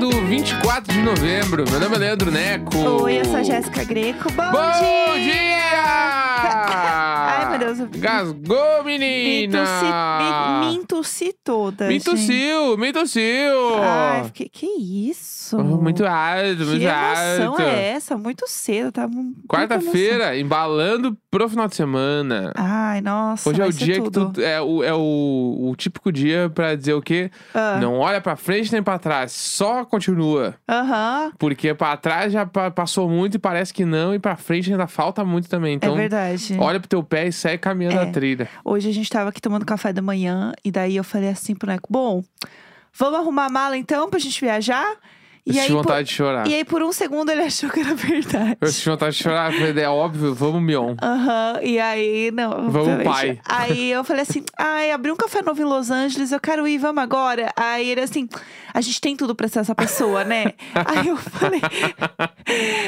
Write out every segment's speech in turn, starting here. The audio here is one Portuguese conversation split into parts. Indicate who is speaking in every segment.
Speaker 1: um 24 de novembro. Meu nome é Leandro Neco.
Speaker 2: Oi, eu sou a Jéssica Greco. Bom,
Speaker 1: Bom dia!
Speaker 2: dia!
Speaker 1: Ai,
Speaker 2: meu Deus, eu-
Speaker 1: Gasgou,
Speaker 2: Me
Speaker 1: menina!
Speaker 2: tossi, me, me entussi toda.
Speaker 1: Me
Speaker 2: gente.
Speaker 1: tossiu, me tossiu!
Speaker 2: Ai, fiquei, que isso?
Speaker 1: Oh, muito alto, muito
Speaker 2: Que emoção
Speaker 1: alto.
Speaker 2: é essa? Muito cedo, tá? mu- muita
Speaker 1: Quarta-feira, embalando pro final de semana.
Speaker 2: emoção. Ai, nossa.
Speaker 1: Hoje é
Speaker 2: vai
Speaker 1: o
Speaker 2: ser
Speaker 1: dia
Speaker 2: tudo.
Speaker 1: que tu. É, o, é o, o típico dia pra dizer o quê?
Speaker 2: Ah,
Speaker 1: Não olha pra frente nem pra trás, só continua.
Speaker 2: Aham, é
Speaker 1: Porque pra trás já pa- passou muito e parece que não, e pra frente ainda falta muito também.
Speaker 2: é
Speaker 1: Então,
Speaker 2: verdade.
Speaker 1: olha pro teu pé e segue caminhando
Speaker 2: É.
Speaker 1: a trilha.
Speaker 2: Hoje a gente tava aqui tomando café da manhã e daí eu falei assim pro Neco: Bom, vamos arrumar a mala então pra gente viajar?
Speaker 1: Eu
Speaker 2: E aí,
Speaker 1: senti
Speaker 2: por,
Speaker 1: vontade de chorar.
Speaker 2: e aí, por um segundo, ele achou que era verdade.
Speaker 1: Eu senti vontade de chorar, mas é óbvio, vamos, Mion.
Speaker 2: Aham, e aí, não.
Speaker 1: Vamos,
Speaker 2: obviamente.
Speaker 1: pai.
Speaker 2: Aí eu falei assim: ai, abri um café novo em Los Angeles, eu quero ir, vamos agora. Aí ele assim: a gente tem tudo pra ser essa pessoa, né? aí eu falei: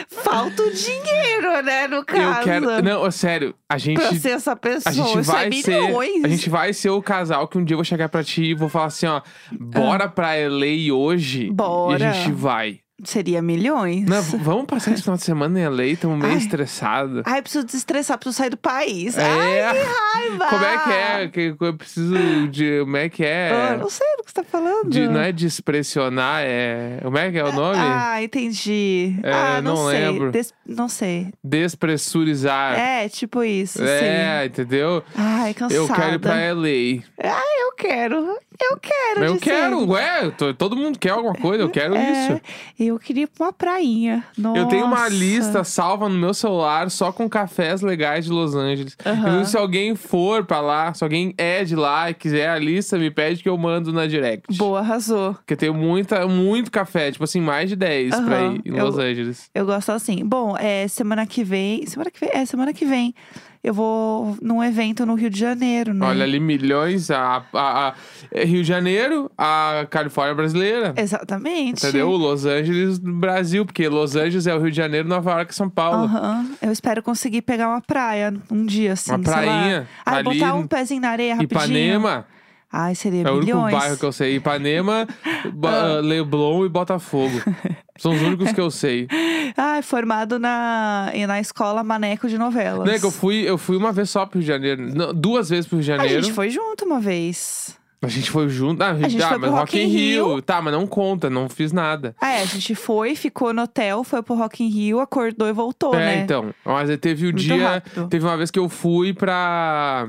Speaker 2: falta o dinheiro, né, no caso.
Speaker 1: Eu quero. Não, ó, sério, a gente.
Speaker 2: pra ser essa pessoa.
Speaker 1: A gente
Speaker 2: Isso é
Speaker 1: vai ser.
Speaker 2: milhões.
Speaker 1: A gente vai ser o casal que um dia eu vou chegar pra ti e vou falar assim, ó, bora pra LA hoje. E a
Speaker 2: Ah. Bora.
Speaker 1: gente vai.
Speaker 2: Seria milhões.
Speaker 1: Não, v- vamos passar esse final de semana em LA, tamo meio
Speaker 2: Ai.
Speaker 1: estressado.
Speaker 2: Ai, preciso desestressar, preciso sair do país. Ai,
Speaker 1: É.
Speaker 2: raiva!
Speaker 1: Como é que é? Que que eu preciso de. Como é que
Speaker 2: Ah,
Speaker 1: é?
Speaker 2: não sei do que você tá falando.
Speaker 1: De- não é despressionar, é. Como é que é o nome?
Speaker 2: Ah, entendi.
Speaker 1: É,
Speaker 2: ah, não,
Speaker 1: não
Speaker 2: sei.
Speaker 1: lembro.
Speaker 2: Des- Não sei.
Speaker 1: Despressurizar.
Speaker 2: É, tipo isso, sim.
Speaker 1: É, entendeu?
Speaker 2: Ai, cansada.
Speaker 1: Eu quero ir pra LA.
Speaker 2: Ai, eu quero. Eu quero,
Speaker 1: eu
Speaker 2: dizer.
Speaker 1: quero, ué, eu tô- todo mundo quer alguma coisa, eu quero
Speaker 2: É,
Speaker 1: isso.
Speaker 2: Eu queria ir pra uma prainha. Nossa.
Speaker 1: Eu tenho uma lista salva no meu celular só com cafés legais de Los Angeles.
Speaker 2: Aham.
Speaker 1: Inclusive, se alguém for pra lá, se alguém é de lá e quiser a lista, me pede que eu mando na direct.
Speaker 2: Boa, arrasou.
Speaker 1: Porque tem muita, muito café, tipo assim, mais de 10 pra
Speaker 2: Aham,
Speaker 1: ir em
Speaker 2: eu-
Speaker 1: Los Angeles.
Speaker 2: Eu gosto assim. Bom, é, semana que vem. Semana que vem? É, semana que vem. Eu vou num evento no Rio de Janeiro, né?
Speaker 1: Olha ali, milhões, a, a- a- é Rio de Janeiro, a Califórnia brasileira.
Speaker 2: É, Exatamente.
Speaker 1: Entendeu? Los Angeles, Brasil, porque Los Angeles é o Rio de Janeiro, Nova York, São Paulo.
Speaker 2: Aham. Eu espero conseguir pegar uma praia um dia, assim.
Speaker 1: Uma
Speaker 2: sei lá.
Speaker 1: prainha,
Speaker 2: Ah,
Speaker 1: ali
Speaker 2: botar um
Speaker 1: em-
Speaker 2: pezinho na areia rapidinho.
Speaker 1: Ipanema.
Speaker 2: Ai, seria
Speaker 1: É o único
Speaker 2: milhões. Ah.
Speaker 1: bairro que eu sei. Ipanema, Ba- Leblon e Botafogo. São os únicos que eu sei.
Speaker 2: Ai, formado na, e na escola Maneco de Novelas.
Speaker 1: Né, que eu fui, eu fui uma vez só pro Rio de Janeiro. Não, duas vezes pro Rio de
Speaker 2: A
Speaker 1: Janeiro.
Speaker 2: gente foi junto uma vez.
Speaker 1: A gente foi junto. Ah, a gente,
Speaker 2: gente
Speaker 1: ah,
Speaker 2: foi
Speaker 1: mas
Speaker 2: pro
Speaker 1: Rock in Rio. Tá, mas não conta, não fiz nada.
Speaker 2: Ah, é, a gente foi, ficou no hotel, foi pro Rock in Rio, acordou e voltou,
Speaker 1: é,
Speaker 2: né?
Speaker 1: então. Mas aí teve o
Speaker 2: Muito
Speaker 1: dia.
Speaker 2: rápido.
Speaker 1: Teve uma vez que eu fui pra.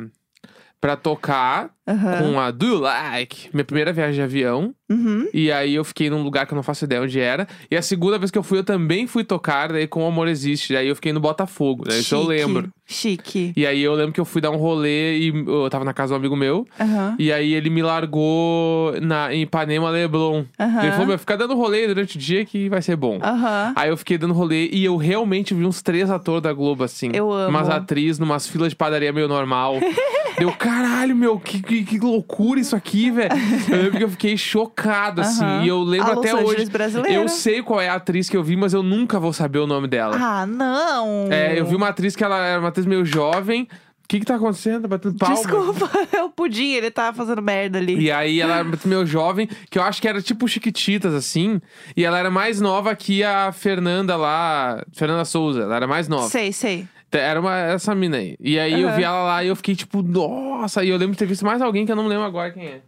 Speaker 1: Pra tocar
Speaker 2: Aham.
Speaker 1: com a Do You Like, minha primeira viagem de avião.
Speaker 2: Uhum.
Speaker 1: E aí eu fiquei num lugar que eu não faço ideia onde era. E a segunda vez que eu fui, eu também fui tocar, daí com o Amor Existe. Daí eu fiquei no Botafogo, daí isso eu
Speaker 2: Chique,
Speaker 1: lembro.
Speaker 2: Chique.
Speaker 1: E aí eu lembro que eu fui dar um rolê e eu tava na casa de um amigo meu.
Speaker 2: Aham.
Speaker 1: E aí ele me largou na, em Ipanema Leblon.
Speaker 2: Aham. Ah.
Speaker 1: Ele falou, meu, fica dando rolê durante o dia que vai ser bom.
Speaker 2: Aham.
Speaker 1: Aí eu fiquei dando rolê e eu realmente vi uns três atores da Globo, assim.
Speaker 2: Eu amo.
Speaker 1: Umas atrizes, numas filas de padaria meio normal. Deu, caralho, meu, que, que, que loucura isso aqui, velho. Eu lembro que eu fiquei chocado, assim.
Speaker 2: Aham.
Speaker 1: E eu lembro
Speaker 2: A Los
Speaker 1: até
Speaker 2: Angeles
Speaker 1: hoje.
Speaker 2: brasileira.
Speaker 1: Eu sei qual é a atriz que eu vi, mas eu nunca vou saber o nome dela.
Speaker 2: Ah, não!
Speaker 1: É, eu vi uma atriz que ela era uma atriz meio jovem. O que que tá acontecendo? Tá batendo palma.
Speaker 2: Desculpa, é o pudim, ele tava fazendo merda ali.
Speaker 1: E aí ela era uma atriz meio jovem, que eu acho que era tipo Chiquititas, assim. E ela era mais nova que a Fernanda lá, Fernanda Souza. Ela era mais nova.
Speaker 2: Sei, sei.
Speaker 1: Era uma, essa mina aí. E aí eu
Speaker 2: Aham.
Speaker 1: vi ela lá e eu fiquei tipo, nossa. E eu lembro de ter visto mais alguém que eu não lembro agora quem é.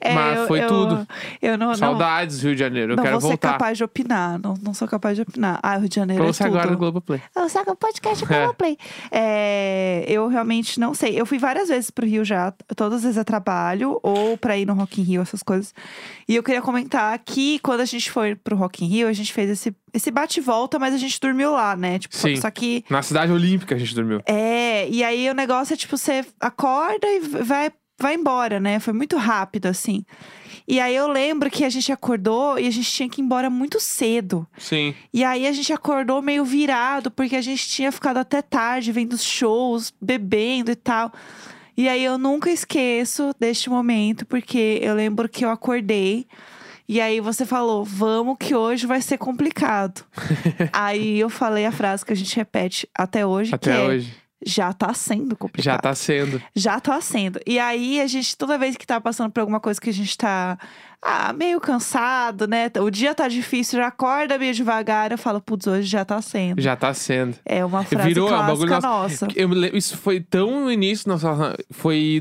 Speaker 2: É,
Speaker 1: Mas
Speaker 2: eu-
Speaker 1: foi
Speaker 2: eu-
Speaker 1: tudo.
Speaker 2: Eu não, não,
Speaker 1: Saudades, Rio de Janeiro. Eu
Speaker 2: não
Speaker 1: quero
Speaker 2: vou ser
Speaker 1: voltar.
Speaker 2: capaz de opinar. Não, não sou capaz de opinar. Ah, Rio de Janeiro
Speaker 1: Pra
Speaker 2: é
Speaker 1: você
Speaker 2: tudo.
Speaker 1: agora no Globoplay.
Speaker 2: Eu saco o podcast
Speaker 1: É.
Speaker 2: é. Play. É, eu realmente não sei. Eu fui várias vezes pro Rio já, todas as vezes a trabalho, ou pra ir no Rock in Rio, essas coisas. E eu queria comentar que quando a gente foi pro Rock in Rio, a gente fez esse, esse bate e volta, mas a gente dormiu lá, né? Tipo,
Speaker 1: Sim.
Speaker 2: só que.
Speaker 1: Na Cidade Olímpica a gente dormiu.
Speaker 2: É, e aí o negócio é tipo, você acorda e vai, vai embora, né? Foi muito rápido, assim. E aí eu lembro que a gente acordou e a gente tinha que ir embora muito cedo.
Speaker 1: Sim.
Speaker 2: E aí a gente acordou meio virado, porque a gente tinha ficado até tarde vendo os shows, bebendo e tal. E aí eu nunca esqueço deste momento, porque eu lembro que eu acordei. E aí você falou, vamos que hoje vai ser complicado. aí eu falei a frase que a gente repete até hoje, que
Speaker 1: Até
Speaker 2: é,
Speaker 1: hoje.
Speaker 2: Já tá sendo complicado.
Speaker 1: Já tá sendo.
Speaker 2: Já tá sendo. E aí, a gente, toda vez que tá passando por alguma coisa que a gente tá ah, meio cansado, né? O dia tá difícil, já acorda meio devagar. Eu falo, putz, hoje já tá sendo.
Speaker 1: Já tá sendo.
Speaker 2: É uma frase
Speaker 1: Virou é um bagulho
Speaker 2: clássica
Speaker 1: nosso.
Speaker 2: nossa.
Speaker 1: Eu me lembro, isso foi tão no início, nossa, foi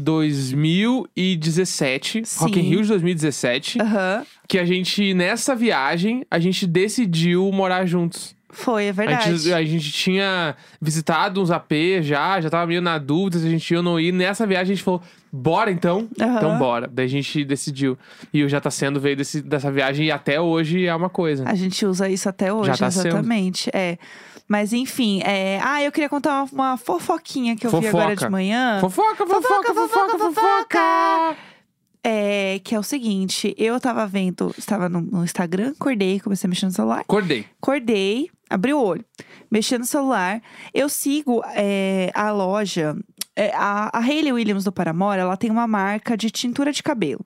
Speaker 1: 2017, Rock in
Speaker 2: Sim.
Speaker 1: Rio de 2017,
Speaker 2: Aham.
Speaker 1: que a gente, nessa viagem, a gente decidiu morar juntos.
Speaker 2: Foi, é
Speaker 1: A
Speaker 2: verdade.
Speaker 1: gente, a gente tinha visitado uns AP já, já tava meio na dúvida se a gente ia ou não ir. Nessa viagem a gente falou, bora então?
Speaker 2: Aham.
Speaker 1: Então bora. Daí a gente decidiu. E o Já Tá Sendo veio desse- dessa viagem e até hoje é uma coisa.
Speaker 2: A gente usa isso até hoje,
Speaker 1: Já tá sendo.
Speaker 2: exatamente. É. Mas enfim, é... ah, eu queria contar uma, uma fofoquinha que eu vi
Speaker 1: Fofoca.
Speaker 2: agora de manhã.
Speaker 1: Fofoca, fofoca,
Speaker 2: ah. Fofoca,
Speaker 1: fofoca,
Speaker 2: fofoca,
Speaker 1: fofoca!
Speaker 2: É, que é o seguinte, eu tava vendo, estava no, no Instagram, acordei, comecei a mexer no celular.
Speaker 1: Acordei.
Speaker 2: Acordei, abri o olho, mexi no celular. Eu sigo é, a loja, é, a, a Hayley Williams do Paramore, ela tem uma marca de tintura de cabelo.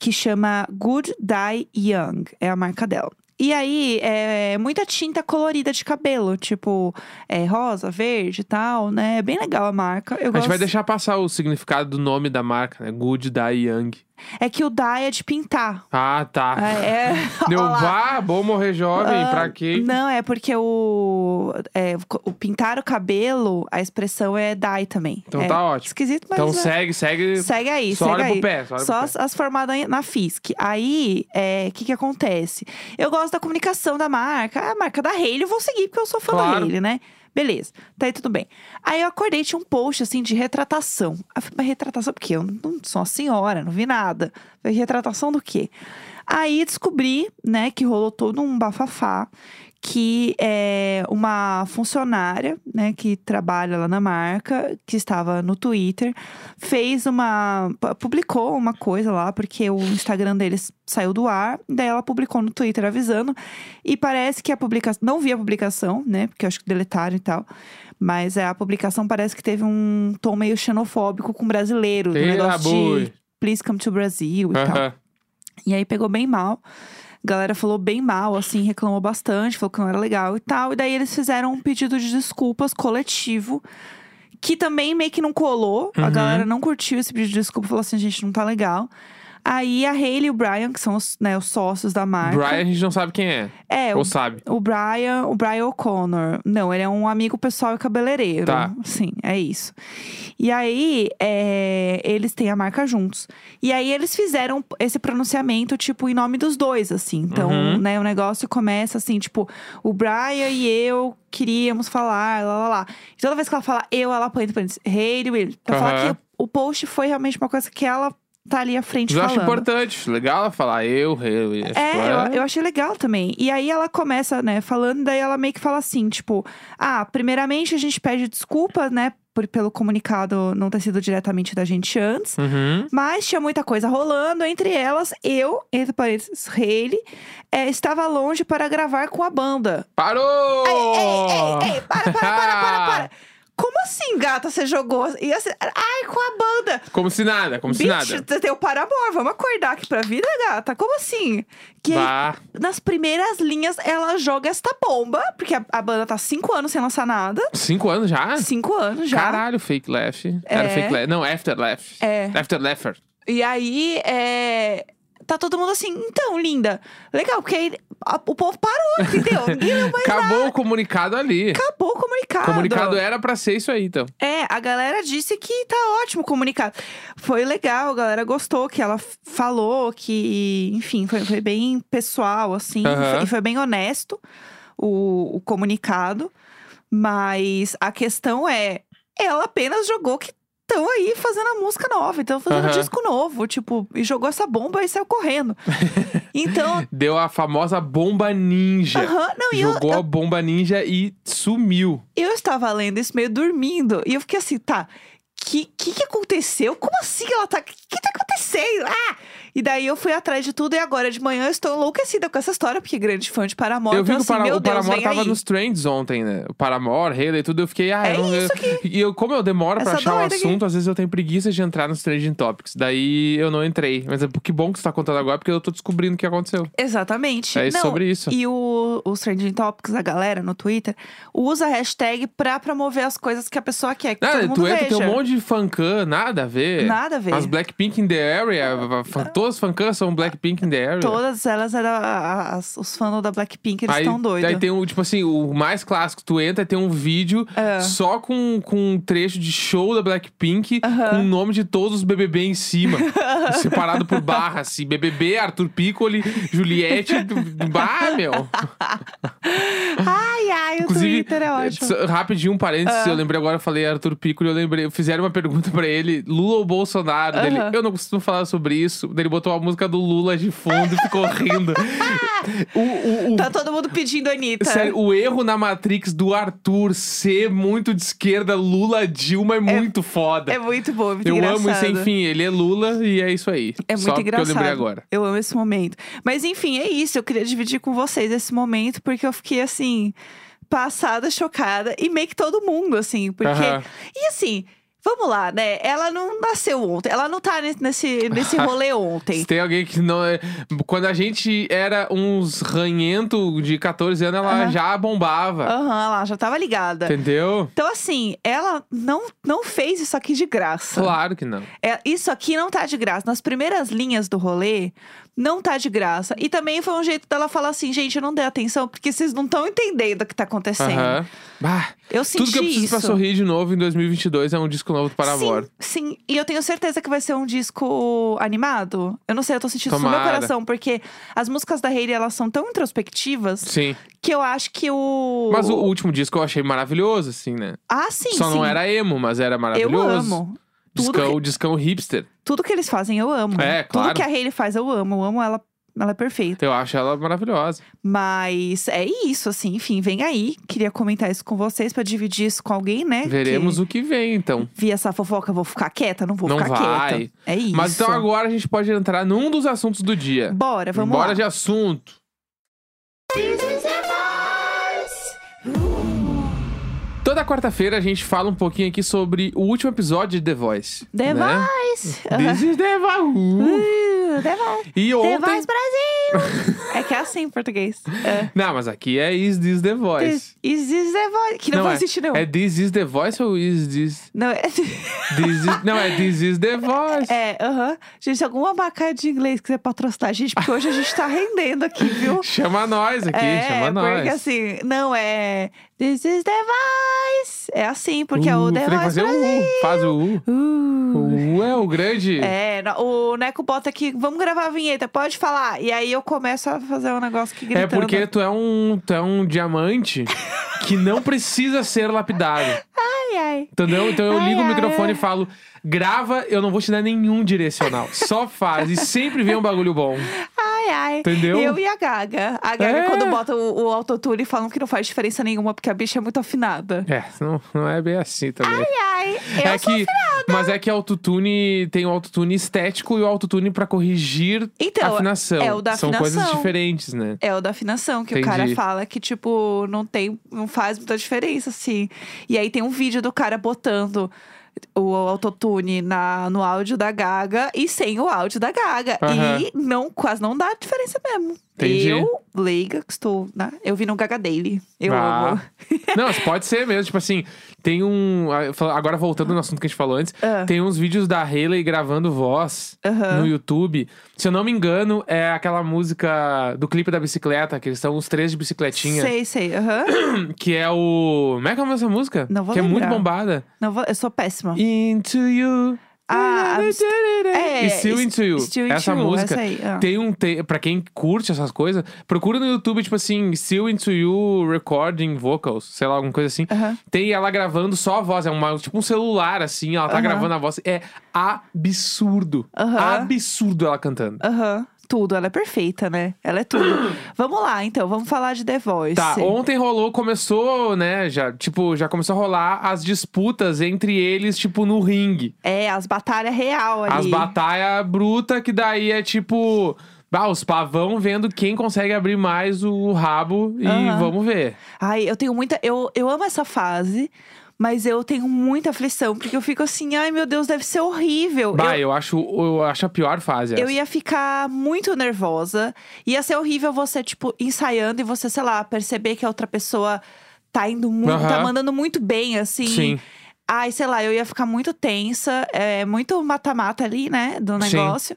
Speaker 2: Que chama Good Die Young, é a marca dela. E aí, é muita tinta colorida de cabelo, tipo é, rosa, verde e tal, né? É bem legal a marca. Eu
Speaker 1: A gente
Speaker 2: gosto...
Speaker 1: vai deixar passar o significado do nome da marca, né? Good Die Young.
Speaker 2: É que o die é de pintar.
Speaker 1: Ah, tá.
Speaker 2: É,
Speaker 1: Deu um
Speaker 2: Olá.
Speaker 1: vá, bom morrer jovem,
Speaker 2: Ah,
Speaker 1: pra quê?
Speaker 2: Não, é porque o, é, o pintar o cabelo, a expressão é dye também.
Speaker 1: Então
Speaker 2: É
Speaker 1: tá ótimo.
Speaker 2: Esquisito, mas
Speaker 1: Então
Speaker 2: é.
Speaker 1: segue, segue.
Speaker 2: Segue aí,
Speaker 1: só
Speaker 2: segue
Speaker 1: olha
Speaker 2: aí.
Speaker 1: pro pé. É, Só olha
Speaker 2: Só assim,
Speaker 1: pro pé.
Speaker 2: as, as formadas na FISC. Aí, o que que acontece? Eu gosto da comunicação da marca. A marca da Hailey, eu vou seguir, porque eu sou fã da
Speaker 1: Claro.
Speaker 2: Hailey, né? Beleza, tá aí tudo bem. Aí eu acordei, tinha um post, assim, de retratação. Aí eu falei, Mas retratação por quê? Eu não sou uma senhora, não vi nada. Falei, retratação do quê? Aí descobri, né, que rolou todo um bafafá. Que é uma funcionária, né, que trabalha lá na marca, que estava no Twitter, fez uma. pu- publicou uma coisa lá, porque o Instagram deles saiu do ar. Daí ela publicou no Twitter avisando. E parece que a publicação. Não vi a publicação, né? Porque eu acho que deletaram e tal. Mas é, a publicação parece que teve um tom meio xenofóbico com brasileiro. Do
Speaker 1: Eita,
Speaker 2: um negócio
Speaker 1: boi.
Speaker 2: de Please come to Brasil e tal.
Speaker 1: Aham.
Speaker 2: E aí pegou bem mal. A galera falou bem mal, assim, reclamou bastante, falou que não era legal e tal. E daí eles fizeram um pedido de desculpas coletivo, que também meio que não colou. A
Speaker 1: Uhum.
Speaker 2: galera não curtiu esse pedido de desculpa, falou assim: gente, não tá legal. Aí a Hayley e o Brian, que são os, né, os sócios da marca.
Speaker 1: Brian, a gente não sabe quem é.
Speaker 2: é, o,
Speaker 1: Ou sabe.
Speaker 2: o Brian, o Brian O'Connor. Não, ele é um amigo pessoal e cabeleireiro.
Speaker 1: Tá.
Speaker 2: Sim, é isso. E aí, é, eles têm a marca juntos. E aí, eles fizeram esse pronunciamento, tipo, em nome dos dois, assim. Então,
Speaker 1: Uhum.
Speaker 2: né, o negócio começa assim, tipo, o Brian e eu queríamos falar, lá, lá, lá. E toda vez que ela fala eu, ela põe entre parênteses, Hayley Williams. Pra falar
Speaker 1: Aham.
Speaker 2: que o post foi realmente uma coisa que ela tá ali à frente
Speaker 1: Mas eu acho
Speaker 2: falando.
Speaker 1: importante. Legal ela falar eu, eu, eu.
Speaker 2: É, eu, eu achei legal também. E aí ela começa, né, falando, daí ela meio que fala assim, tipo, ah, primeiramente a gente pede desculpa, né, por, pelo comunicado não ter sido diretamente da gente antes.
Speaker 1: Uhum.
Speaker 2: Mas tinha muita coisa rolando, entre elas, eu, entre parênteses, Hayley, eh, estava longe para gravar com a banda.
Speaker 1: Parou!
Speaker 2: Ei, ei, ei, para, para, para, para, para. Como assim, gata, você jogou? E assim, ai, com a banda.
Speaker 1: Como se nada, como se
Speaker 2: Bitch,
Speaker 1: nada.
Speaker 2: você tem o paramor, vamos acordar aqui pra vida, gata. Como assim? Que aí,
Speaker 1: Bah.
Speaker 2: nas primeiras linhas, ela joga esta bomba, porque a, a banda tá cinco anos sem lançar nada.
Speaker 1: Cinco anos já?
Speaker 2: Cinco anos já.
Speaker 1: Caralho, fake left. Era
Speaker 2: É.
Speaker 1: fake left. Não, after left.
Speaker 2: É.
Speaker 1: After left.
Speaker 2: E aí, é, Tá todo mundo assim, então, linda. Legal, porque aí a- o povo parou, entendeu? Ninguém leu mais nada.
Speaker 1: Acabou o comunicado ali.
Speaker 2: Acabou o comunicado.
Speaker 1: comunicado era pra ser isso aí, então.
Speaker 2: É, a galera disse que tá ótimo o comunicado. Foi legal, a galera gostou que ela f- falou, que, enfim, foi, foi bem pessoal, assim,
Speaker 1: Aham.
Speaker 2: e foi- e foi bem honesto o, o comunicado. Mas a questão é, ela apenas jogou que estão aí fazendo a música nova, então fazendo
Speaker 1: Aham.
Speaker 2: disco novo, tipo, e jogou essa bomba e saiu correndo. então,
Speaker 1: Deu a famosa bomba ninja.
Speaker 2: aham, não, e eu,
Speaker 1: Jogou a bomba ninja e sumiu.
Speaker 2: eu estava lendo isso meio dormindo. E eu fiquei assim, tá. Que, que que aconteceu? Como assim ela tá. O que tá acontecendo? Ah! E daí eu fui atrás de tudo e agora de manhã eu estou enlouquecida com essa história, porque grande fã de Paramore.
Speaker 1: eu vi
Speaker 2: então,
Speaker 1: que o,
Speaker 2: assim,
Speaker 1: Para-
Speaker 2: meu
Speaker 1: o Paramore
Speaker 2: Deus, vem
Speaker 1: tava
Speaker 2: aí.
Speaker 1: nos trends ontem, né? O Paramore, Haley e tudo. Eu fiquei, ah,
Speaker 2: É
Speaker 1: eu não-
Speaker 2: isso
Speaker 1: eu- E eu, como eu demoro pra
Speaker 2: Essa
Speaker 1: achar o
Speaker 2: doida aqui.
Speaker 1: assunto, às vezes eu tenho preguiça de entrar nos trending topics. Daí eu não entrei. Mas é- que bom que você tá contando agora, porque eu tô descobrindo o que aconteceu.
Speaker 2: Exatamente.
Speaker 1: É
Speaker 2: Não,
Speaker 1: sobre isso.
Speaker 2: E o, os trending topics, a galera no Twitter, usa a hashtag pra promover as coisas que a pessoa quer que
Speaker 1: Ah,
Speaker 2: todo mundo
Speaker 1: tu entra,
Speaker 2: veja.
Speaker 1: tem um monte de fancã, nada a ver.
Speaker 2: Nada a ver.
Speaker 1: As Blackpink in the area, fan- todas as fancãs são Blackpink in the area.
Speaker 2: Todas elas eram a- as- os fãs da Blackpink, eles
Speaker 1: Aí-
Speaker 2: estão doidos.
Speaker 1: Aí tem o, tipo assim, o mais clássico, tu entra e tem um vídeo
Speaker 2: É.
Speaker 1: só com, com um trecho de show da Blackpink, com o nome de todos os BBB em cima, separado por barra, assim, BBB, Arthur Piccoli, Juliette, do- do- bah, meu.
Speaker 2: Ai, ai, o Twitter é ótimo.
Speaker 1: só- rapidinho, um parênteses, eu lembrei agora, eu falei Arthur Piccoli, eu lembrei, fizeram uma pergunta pra ele, Lula ou Bolsonaro, dele,
Speaker 2: Aham.
Speaker 1: eu não costumo falar sobre isso, daí ele botou a música do Lula de fundo e ficou rindo. O- o- o
Speaker 2: Tá todo mundo pedindo Anitta.
Speaker 1: É. Sério, o erro na Matrix do Arthur ser muito de esquerda, Lula Dilma é, muito foda.
Speaker 2: É muito bom, é muito
Speaker 1: eu
Speaker 2: engraçado.
Speaker 1: amo isso, enfim, ele é Lula e é isso aí.
Speaker 2: É muito
Speaker 1: Só
Speaker 2: engraçado.
Speaker 1: que eu lembrei agora.
Speaker 2: Eu amo esse momento. Mas enfim, é isso. Eu queria dividir com vocês esse momento, porque eu fiquei assim, passada, chocada, e meio que todo mundo, assim, porque.
Speaker 1: Aham.
Speaker 2: E assim. Vamos lá, né? Ela não nasceu ontem. Ela não tá ne- nesse, nesse rolê
Speaker 1: Se
Speaker 2: ontem.
Speaker 1: tem alguém que não é. Quando a gente era uns ranhento de 14 anos, ela
Speaker 2: Aham.
Speaker 1: já bombava.
Speaker 2: Aham, ela já tava ligada.
Speaker 1: Entendeu?
Speaker 2: Então, assim, ela não, não fez isso aqui de graça.
Speaker 1: Claro que não.
Speaker 2: É, isso aqui não tá de graça. Nas primeiras linhas do rolê, não tá de graça. E também foi um jeito dela falar assim, gente, eu não dei atenção, porque vocês não estão entendendo o que tá acontecendo.
Speaker 1: Aham. Bah,
Speaker 2: Eu senti
Speaker 1: tudo que eu preciso
Speaker 2: isso.
Speaker 1: pra sorrir de novo em 2022 é um disco novo do Paramore.
Speaker 2: Sim, sim, e eu tenho certeza que vai ser um disco animado. Eu não sei, eu tô sentindo isso no meu
Speaker 1: Tomara.
Speaker 2: coração, porque as músicas da Hailey, elas são tão introspectivas
Speaker 1: Sim.
Speaker 2: que eu acho que o.
Speaker 1: Mas o último disco eu achei maravilhoso, assim, né?
Speaker 2: Ah, sim.
Speaker 1: Só
Speaker 2: sim.
Speaker 1: não era emo, mas era
Speaker 2: Eu
Speaker 1: maravilhoso.
Speaker 2: amo. Tudo
Speaker 1: Discão, discão é um hipster.
Speaker 2: Tudo que eles fazem, eu amo.
Speaker 1: É,
Speaker 2: Tudo
Speaker 1: claro.
Speaker 2: que a Hailey faz, eu amo. Eu amo ela. Ela é perfeita.
Speaker 1: Eu acho ela maravilhosa.
Speaker 2: Mas é isso, assim, enfim, vem aí. Queria comentar isso com vocês pra dividir isso com alguém, né?
Speaker 1: Veremos
Speaker 2: que
Speaker 1: o que vem, então.
Speaker 2: Vi essa fofoca, eu vou ficar quieta? Não vou
Speaker 1: Não
Speaker 2: ficar
Speaker 1: vai.
Speaker 2: quieta. É isso.
Speaker 1: Mas então agora a gente pode entrar num dos assuntos do dia.
Speaker 2: Bora, vamos
Speaker 1: Bora
Speaker 2: lá.
Speaker 1: de assunto. Toda quarta-feira a gente fala um pouquinho aqui sobre o último episódio de The Voice.
Speaker 2: The
Speaker 1: né?
Speaker 2: Voice!
Speaker 1: This is The Voice.
Speaker 2: Uh, The Voice.
Speaker 1: E
Speaker 2: The
Speaker 1: ontem...
Speaker 2: Voice Brasil! é que é assim em português. É.
Speaker 1: Não, mas aqui é Is This The Voice.
Speaker 2: This is The Voice. Que não,
Speaker 1: Não,
Speaker 2: vai
Speaker 1: é-
Speaker 2: existir, não.
Speaker 1: É This Is The Voice ou Is This...
Speaker 2: Não, é.
Speaker 1: this is... Não, é This Is The Voice.
Speaker 2: É, aham. Gente, alguma bacana de inglês quiser patrocinar a gente, porque hoje a gente tá rendendo aqui, viu?
Speaker 1: Chama nós aqui,
Speaker 2: é,
Speaker 1: chama nós.
Speaker 2: porque assim, não é This is the voice. É assim, porque é o
Speaker 1: Uh,
Speaker 2: The
Speaker 1: falei,
Speaker 2: Voice
Speaker 1: fazer o U, faz o U.
Speaker 2: Brasil. Uh.
Speaker 1: O U é o grande.
Speaker 2: É, na- o Neco bota aqui, vamos gravar a vinheta, pode falar. E aí eu começo a fazer um negócio que
Speaker 1: É
Speaker 2: gritando.
Speaker 1: porque tu é um, tu é um diamante que não precisa ser lapidado.
Speaker 2: Ai, ai.
Speaker 1: Entendeu? Então eu
Speaker 2: Ai,
Speaker 1: ligo o
Speaker 2: ai,
Speaker 1: microfone
Speaker 2: ai.
Speaker 1: e falo: grava, eu não vou te dar nenhum direcional. Só faz. E sempre vem um bagulho bom.
Speaker 2: Ai, ai.
Speaker 1: Entendeu?
Speaker 2: Eu e a Gaga. A Gaga,
Speaker 1: É.
Speaker 2: quando bota o, o autotune, falam que não faz diferença nenhuma, porque a bicha é muito afinada.
Speaker 1: É, não, não é bem assim também.
Speaker 2: Ai, ai. Eu
Speaker 1: é
Speaker 2: sou
Speaker 1: que, mas é que autotune tem o autotune estético e o autotune pra corrigir
Speaker 2: Então,
Speaker 1: a afinação.
Speaker 2: é o da
Speaker 1: São coisas
Speaker 2: afinação.
Speaker 1: diferentes, né?
Speaker 2: É o da afinação, que o
Speaker 1: Entendi.
Speaker 2: cara fala que, tipo, não tem, não faz muita diferença, assim. E aí tem um vídeo do cara botando o autotune na, no áudio da Gaga e sem o áudio da Gaga.
Speaker 1: Aham.
Speaker 2: E não, quase não dá diferença mesmo.
Speaker 1: Entendi.
Speaker 2: Eu, leiga, que estou, né? Eu vi no Gaga Daily. Eu
Speaker 1: Ah.
Speaker 2: amo.
Speaker 1: Não, mas pode ser mesmo. Tipo assim, tem um. ah, fal- Agora voltando no assunto que a gente falou antes,
Speaker 2: Ah.
Speaker 1: tem uns vídeos da Hayley gravando voz
Speaker 2: Aham.
Speaker 1: no YouTube. Se eu não me engano, é aquela música do clipe da bicicleta, que eles são os três de bicicletinha.
Speaker 2: Sei, sei. aham.
Speaker 1: Que é o. Como é que é essa música?
Speaker 2: Não vou
Speaker 1: que é
Speaker 2: lembrar.
Speaker 1: muito bombada.
Speaker 2: Não vou, eu sou péssima.
Speaker 1: Into You.
Speaker 2: Ah, É,
Speaker 1: e Still
Speaker 2: es-
Speaker 1: Into You.
Speaker 2: Still Into
Speaker 1: essa
Speaker 2: You,
Speaker 1: música
Speaker 2: essa aí, ah.
Speaker 1: tem um te... Pra quem curte essas coisas, procura no YouTube, tipo assim, Still Into You Recording Vocals, sei lá, alguma coisa assim.
Speaker 2: Aham.
Speaker 1: Tem ela gravando só a voz, é uma, tipo um celular, assim, ela tá
Speaker 2: Aham.
Speaker 1: gravando a voz. É absurdo.
Speaker 2: Aham.
Speaker 1: Absurdo ela cantando.
Speaker 2: Aham. Tudo, ela é perfeita, né? Ela é tudo. vamos lá, então, vamos falar de The Voice.
Speaker 1: Tá, ontem rolou, começou, né? Já, tipo, já começou a rolar as disputas entre eles, tipo, no ringue.
Speaker 2: É, as batalhas real ali.
Speaker 1: As batalhas bruta que daí é tipo. Ah, os pavão vendo quem consegue abrir mais o rabo e
Speaker 2: Aham.
Speaker 1: vamos ver.
Speaker 2: Ai, eu tenho muita. Eu, eu amo essa fase, mas eu tenho muita aflição, porque eu fico assim, ai meu Deus, deve ser horrível.
Speaker 1: Bah,
Speaker 2: eu,
Speaker 1: eu, acho, eu acho a pior fase.
Speaker 2: eu
Speaker 1: essa.
Speaker 2: ia ficar muito nervosa. Ia ser horrível você, tipo, ensaiando e você, sei lá, perceber que a outra pessoa tá indo muito, tá
Speaker 1: Aham.
Speaker 2: mandando muito bem, assim.
Speaker 1: Sim.
Speaker 2: Ai, sei lá, eu ia ficar muito tensa, é muito mata-mata ali, né, do
Speaker 1: Sim.
Speaker 2: negócio.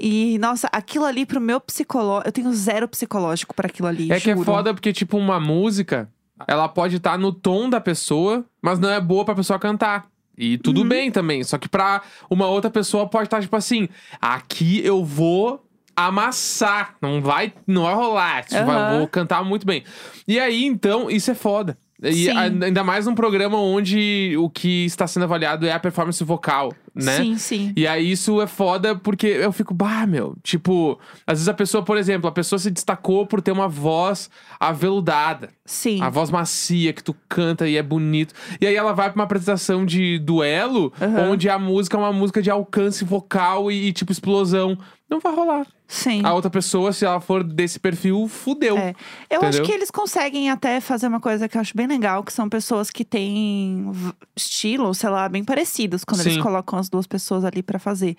Speaker 2: E, nossa, aquilo ali pro meu psicológico. Eu tenho zero psicológico pra aquilo ali.
Speaker 1: É que é
Speaker 2: juro.
Speaker 1: foda porque, tipo, uma música, ela pode estar no tom da pessoa, mas não é boa pra pessoa cantar. E tudo
Speaker 2: Uhum.
Speaker 1: bem também. Só que pra uma outra pessoa pode estar, tipo assim, aqui eu vou amassar. Não vai, não vai rolar. Tipo, vai-
Speaker 2: Aham.
Speaker 1: vou cantar muito bem. E aí, então, isso é foda. E
Speaker 2: Sim.
Speaker 1: a- ainda mais num programa onde o que está sendo avaliado é a performance vocal, né?
Speaker 2: Sim, sim.
Speaker 1: E aí isso é foda porque eu fico, bah, meu. Tipo, às vezes a pessoa, por exemplo, a pessoa se destacou por ter uma voz aveludada,
Speaker 2: Sim.
Speaker 1: a voz macia que tu canta e é bonito. E aí ela vai pra uma apresentação de duelo,
Speaker 2: Aham.
Speaker 1: onde a música é uma música de alcance vocal e, e, tipo explosão. Não vai rolar.
Speaker 2: Sim.
Speaker 1: A outra pessoa, se ela for desse perfil, fudeu.
Speaker 2: É. Eu acho
Speaker 1: Entendeu?
Speaker 2: que eles conseguem até fazer uma coisa que eu acho bem legal, que são pessoas que têm v- estilo, sei lá, bem parecidos quando eles
Speaker 1: Sim.
Speaker 2: colocam as duas pessoas ali pra fazer.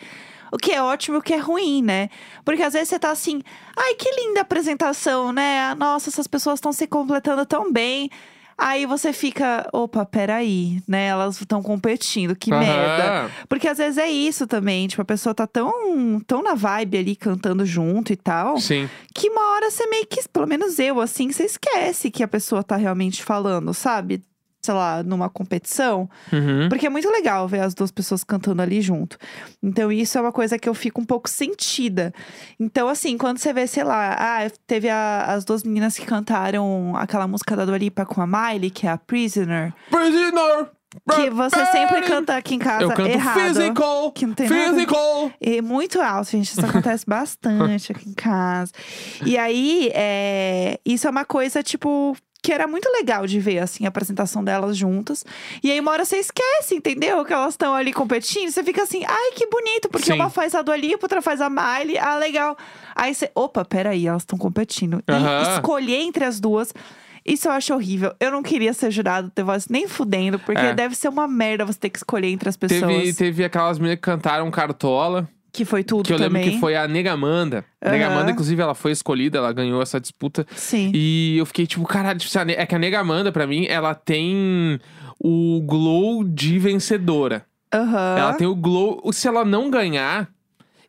Speaker 2: O que é ótimo e o que é ruim, né? Porque às vezes você tá assim, ai, que linda apresentação, né? Ah, Nossa, essas pessoas estão se completando tão bem. Aí você fica, opa, peraí, né? Elas estão competindo, que
Speaker 1: Aham.
Speaker 2: merda. Porque às vezes é isso também, tipo, a pessoa tá tão, tão na vibe ali cantando junto e tal
Speaker 1: Sim.
Speaker 2: que uma hora você meio que, pelo menos eu, assim, você esquece que a pessoa tá realmente falando, sabe? Sei lá, numa competição.
Speaker 1: Uhum.
Speaker 2: Porque é muito legal ver as duas pessoas cantando ali junto. Então, isso é uma coisa que eu fico um pouco sentida. Então, assim, quando você vê, sei lá, ah, teve a- as duas meninas que cantaram aquela música da Dua Lipa com a Miley, que é a Prisoner.
Speaker 1: Prisoner!
Speaker 2: Que você sempre canta aqui em casa
Speaker 1: Eu canto
Speaker 2: errado.
Speaker 1: physical!
Speaker 2: que não tem nada a ver.
Speaker 1: physical!
Speaker 2: É muito alto, gente. Isso acontece bastante aqui em casa. E aí, é, isso é uma coisa, tipo, que era muito legal de ver, assim, a apresentação delas juntas. E aí, uma hora você esquece, entendeu? Que elas estão ali competindo. Você fica assim, ai, que bonito, porque
Speaker 1: Sim.
Speaker 2: uma faz a Dua Lipa, outra faz a Miley. Ah, legal. Aí você, opa, peraí, elas estão competindo. E
Speaker 1: Aham.
Speaker 2: escolher entre as duas. Isso eu acho horrível. Eu não queria ser jurado do The Voice nem fudendo, porque
Speaker 1: É.
Speaker 2: deve ser uma merda você ter que escolher entre as pessoas.
Speaker 1: Teve, teve aquelas meninas que cantaram Cartola.
Speaker 2: Que foi tudo
Speaker 1: Que eu
Speaker 2: também.
Speaker 1: lembro que foi a Negamanda.
Speaker 2: Aham.
Speaker 1: Negamanda, inclusive, ela foi escolhida, ela ganhou essa disputa.
Speaker 2: Sim.
Speaker 1: E eu fiquei tipo, caralho, tipo, se a Ne- é que a Negamanda, pra mim, ela tem o glow de vencedora.
Speaker 2: Aham.
Speaker 1: Ela tem o glow. Se ela não ganhar,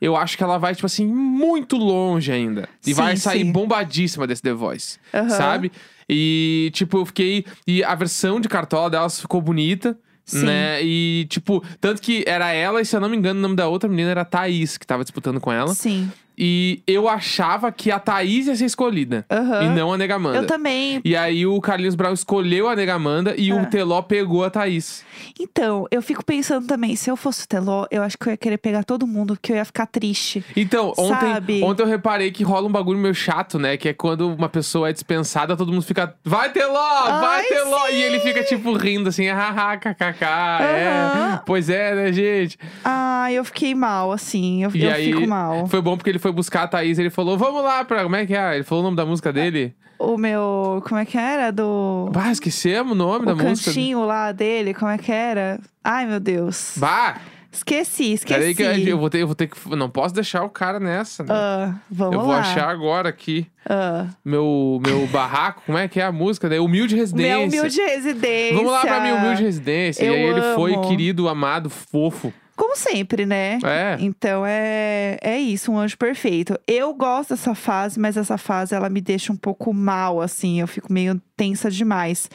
Speaker 1: eu acho que ela vai, tipo assim, muito longe ainda. E
Speaker 2: Sim,
Speaker 1: vai sair
Speaker 2: sim.
Speaker 1: bombadíssima desse The Voice.
Speaker 2: Aham.
Speaker 1: Sabe? E, tipo, eu fiquei. E a versão de cartola delas ficou bonita.
Speaker 2: Sim.
Speaker 1: Né? E, tipo, tanto que era ela, e se eu não me engano, o nome da outra menina era a Thaís, que tava disputando com ela.
Speaker 2: Sim.
Speaker 1: E eu achava que a Thaís ia ser escolhida.
Speaker 2: Aham.
Speaker 1: E não a Negamanda.
Speaker 2: Eu também.
Speaker 1: E aí o Carlinhos Brown escolheu a Negamanda e
Speaker 2: Ah.
Speaker 1: o Teló pegou a Thaís.
Speaker 2: Então, eu fico pensando também, se eu fosse o Teló, eu acho que eu ia querer pegar todo mundo, porque eu ia ficar triste.
Speaker 1: Então,
Speaker 2: Sabe?
Speaker 1: ontem, ontem eu reparei que rola um bagulho meio chato, né? Que é quando uma pessoa é dispensada, todo mundo fica. Vai, Teló!
Speaker 2: Ai,
Speaker 1: vai, Teló! E ele fica, tipo, rindo assim, hahaha, kkk,
Speaker 2: Aham.
Speaker 1: é. Pois é, né, gente?
Speaker 2: Ah, eu fiquei mal, assim. Eu,
Speaker 1: E
Speaker 2: eu
Speaker 1: aí,
Speaker 2: fico mal.
Speaker 1: Foi bom porque ele foi buscar a Thaís ele falou, vamos lá, pra. Como é que é? Ele falou o nome da música dele?
Speaker 2: O meu. Como é que era? Do.
Speaker 1: Bah, esquecemos o nome da
Speaker 2: o
Speaker 1: música.
Speaker 2: cantinho lá dele, como é que era? Ai, meu Deus.
Speaker 1: Bah!
Speaker 2: Esqueci,
Speaker 1: Peraí
Speaker 2: esqueci.
Speaker 1: que eu vou, ter, eu vou ter que. Não posso deixar o cara nessa, né?
Speaker 2: Ah, vamos
Speaker 1: eu vou
Speaker 2: lá.
Speaker 1: achar agora aqui
Speaker 2: Ah.
Speaker 1: meu, meu barraco. Como é que é a música? Né? Humilde Residência.
Speaker 2: Meu humilde residência.
Speaker 1: Vamos lá pra minha humilde residência.
Speaker 2: Eu
Speaker 1: e aí ele foi
Speaker 2: amo.
Speaker 1: querido, amado, fofo.
Speaker 2: Como sempre, né?
Speaker 1: É.
Speaker 2: Então é, é isso, um anjo perfeito. Eu gosto dessa fase, mas essa fase ela me deixa um pouco mal, assim. Eu fico meio tensa demais.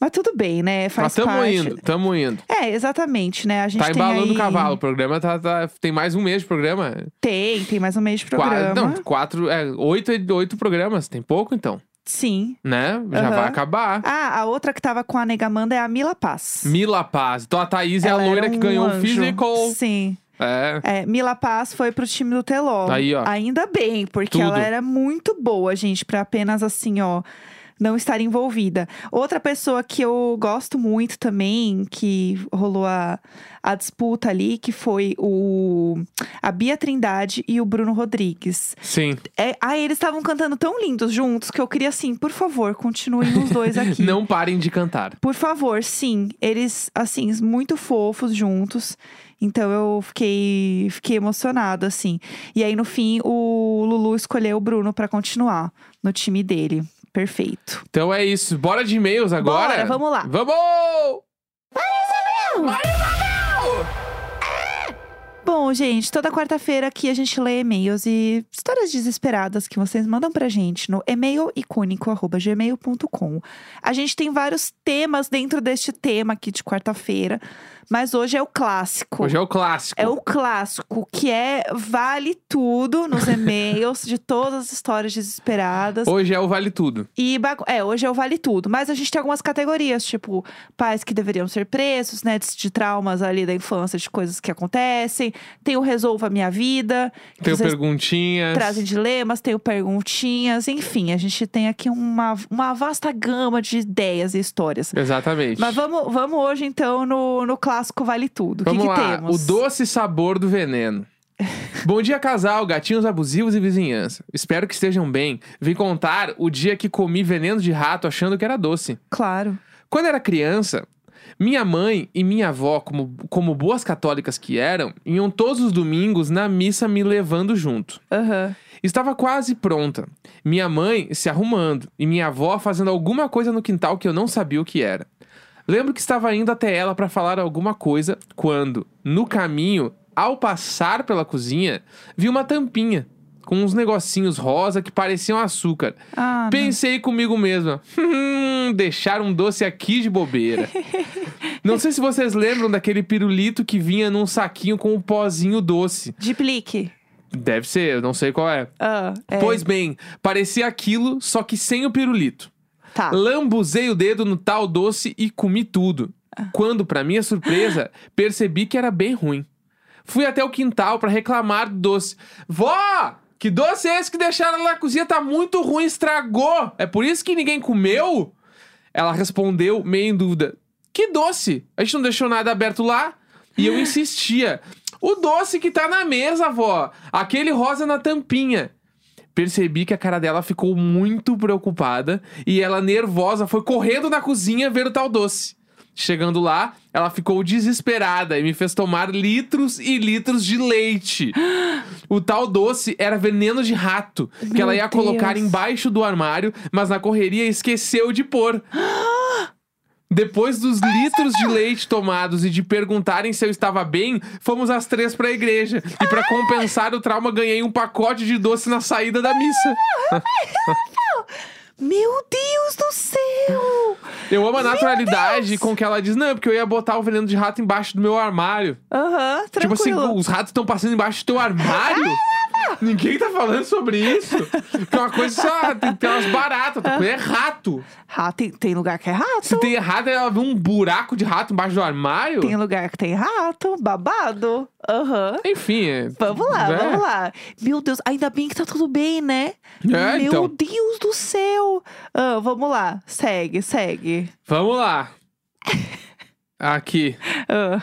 Speaker 2: Mas tudo bem, né? Faz
Speaker 1: Mas tamo
Speaker 2: parte.
Speaker 1: indo, tamo indo.
Speaker 2: É, exatamente, né? A gente
Speaker 1: Tá
Speaker 2: tem
Speaker 1: embalando o
Speaker 2: aí-
Speaker 1: cavalo. O programa tá, tá- Tem mais um mês de programa.
Speaker 2: Tem, tem mais um mês de programa.
Speaker 1: Quatro, não, quatro. É, oito, oito programas. Tem pouco, então.
Speaker 2: Sim.
Speaker 1: Né? Já
Speaker 2: Aham.
Speaker 1: vai acabar.
Speaker 2: Ah, a outra que tava com a Negamanda é a Mila Paz.
Speaker 1: Mila Paz. Então a Thaís é a
Speaker 2: Ela era
Speaker 1: loira que
Speaker 2: um
Speaker 1: ganhou o
Speaker 2: anjo.
Speaker 1: physical.
Speaker 2: Sim.
Speaker 1: É.
Speaker 2: É, Mila Paz foi pro time do Teló.
Speaker 1: Tá Aí, ó.
Speaker 2: Ainda bem, porque
Speaker 1: Tudo.
Speaker 2: ela era muito boa, gente, pra apenas assim, ó, não estar envolvida. Outra pessoa que eu gosto muito também, que rolou a, a disputa ali, que foi o a Bia Trindade e o Bruno Rodrigues.
Speaker 1: Sim.
Speaker 2: É, aí eles estavam cantando tão lindos juntos que eu queria assim, por favor, continuem os dois aqui.
Speaker 1: Não parem de cantar.
Speaker 2: Por favor, sim. Eles, assim, muito fofos juntos. Então eu fiquei, fiquei emocionada, assim. E aí, no fim, o Lulu escolheu o Bruno pra continuar no time dele. Perfeito.
Speaker 1: Então é isso. Bora de e-mails agora?
Speaker 2: Bora, vamos lá.
Speaker 1: Vamos!
Speaker 2: Bom, gente, toda quarta-feira aqui a gente lê e-mails e histórias desesperadas que vocês mandam pra gente no e-mailicônico.gmail.com. A gente tem vários temas dentro deste tema aqui de quarta-feira, mas hoje é o clássico.
Speaker 1: Hoje é o clássico.
Speaker 2: É o clássico, que é vale tudo nos e-mails de todas as histórias desesperadas.
Speaker 1: Hoje é o Vale Tudo.
Speaker 2: E bagu- é, hoje é o vale tudo, mas a gente tem algumas categorias, tipo pais que deveriam ser presos, né, de, de traumas ali da infância, de coisas que acontecem. Tem o resolva minha vida, que
Speaker 1: Tenho
Speaker 2: vocês
Speaker 1: perguntinhas.
Speaker 2: trazem dilemas, tem o perguntinhas, enfim, a gente tem aqui uma, uma vasta gama de ideias e histórias.
Speaker 1: Exatamente.
Speaker 2: Mas vamos, vamos hoje então no, no clássico vale tudo.
Speaker 1: Vamos
Speaker 2: o que, que
Speaker 1: lá.
Speaker 2: temos?
Speaker 1: O doce sabor do veneno. Bom dia, casal, gatinhos abusivos e vizinhança. Espero que estejam bem. Vim contar o dia que comi veneno de rato achando que era doce.
Speaker 2: Claro.
Speaker 1: Quando era criança, minha mãe e minha avó, como, como boas católicas que eram, iam todos os domingos na missa me levando junto.
Speaker 2: Aham.
Speaker 1: Estava quase pronta. Minha mãe se arrumando e minha avó fazendo alguma coisa no quintal que eu não sabia o que era. Lembro que estava indo até ela para falar alguma coisa quando, no caminho, ao passar pela cozinha, vi uma tampinha com uns negocinhos rosa que pareciam açúcar.
Speaker 2: Ah, não.
Speaker 1: Pensei comigo mesma, hum, deixar um doce aqui de bobeira. não sei se vocês lembram daquele pirulito que vinha num saquinho com um pozinho doce.
Speaker 2: De plique.
Speaker 1: Deve ser, eu não sei qual é.
Speaker 2: Ah, é.
Speaker 1: Pois bem, parecia aquilo, só que sem o pirulito.
Speaker 2: Tá.
Speaker 1: Lambuzei o dedo no tal doce e comi tudo. Quando, pra minha surpresa, percebi que era bem ruim. Fui até o quintal pra reclamar do doce. Vó! Que doce é esse que deixaram lá na cozinha? Tá muito ruim, estragou! É por isso que ninguém comeu? Ela respondeu, meio em dúvida: Que doce? A gente não deixou nada aberto lá? E eu insistia: O doce que tá na mesa, vó! Aquele rosa na tampinha. Percebi que a cara dela ficou muito preocupada e ela, nervosa, foi correndo na cozinha ver o tal doce. Chegando lá, ela ficou desesperada e me fez tomar litros e litros de leite. O tal doce era veneno de rato, que
Speaker 2: Meu
Speaker 1: ela ia colocar
Speaker 2: Deus.
Speaker 1: embaixo do armário, mas na correria esqueceu de pôr. Depois dos litros de leite tomados e de perguntarem se eu estava bem, fomos as três pra igreja. E pra compensar o trauma, ganhei um pacote de doce na saída da missa.
Speaker 2: Meu Deus do céu!
Speaker 1: Eu amo a naturalidade com que ela diz: Não, é porque eu ia botar o veneno de rato embaixo do meu armário.
Speaker 2: Aham,
Speaker 1: Tipo
Speaker 2: tranquilo. Ah!
Speaker 1: assim, os ratos estão passando embaixo do teu armário? Ninguém tá falando sobre isso. Que é uma coisa só. Tem, tem umas baratas,
Speaker 2: Ah.
Speaker 1: outra coisa é rato.
Speaker 2: Rato, tem, tem lugar que é
Speaker 1: Se
Speaker 2: rato.
Speaker 1: tem rato, ela vê um buraco de rato embaixo do armário.
Speaker 2: Tem um lugar que tem rato, babado. Aham.
Speaker 1: Enfim. é-
Speaker 2: Vamos lá,
Speaker 1: é.
Speaker 2: vamos lá. Meu Deus, ainda bem que tá tudo bem, né?
Speaker 1: É,
Speaker 2: Meu
Speaker 1: então.
Speaker 2: Deus do céu! Ah, vamos lá, segue, segue.
Speaker 1: Vamos lá. Aqui.
Speaker 2: Ah,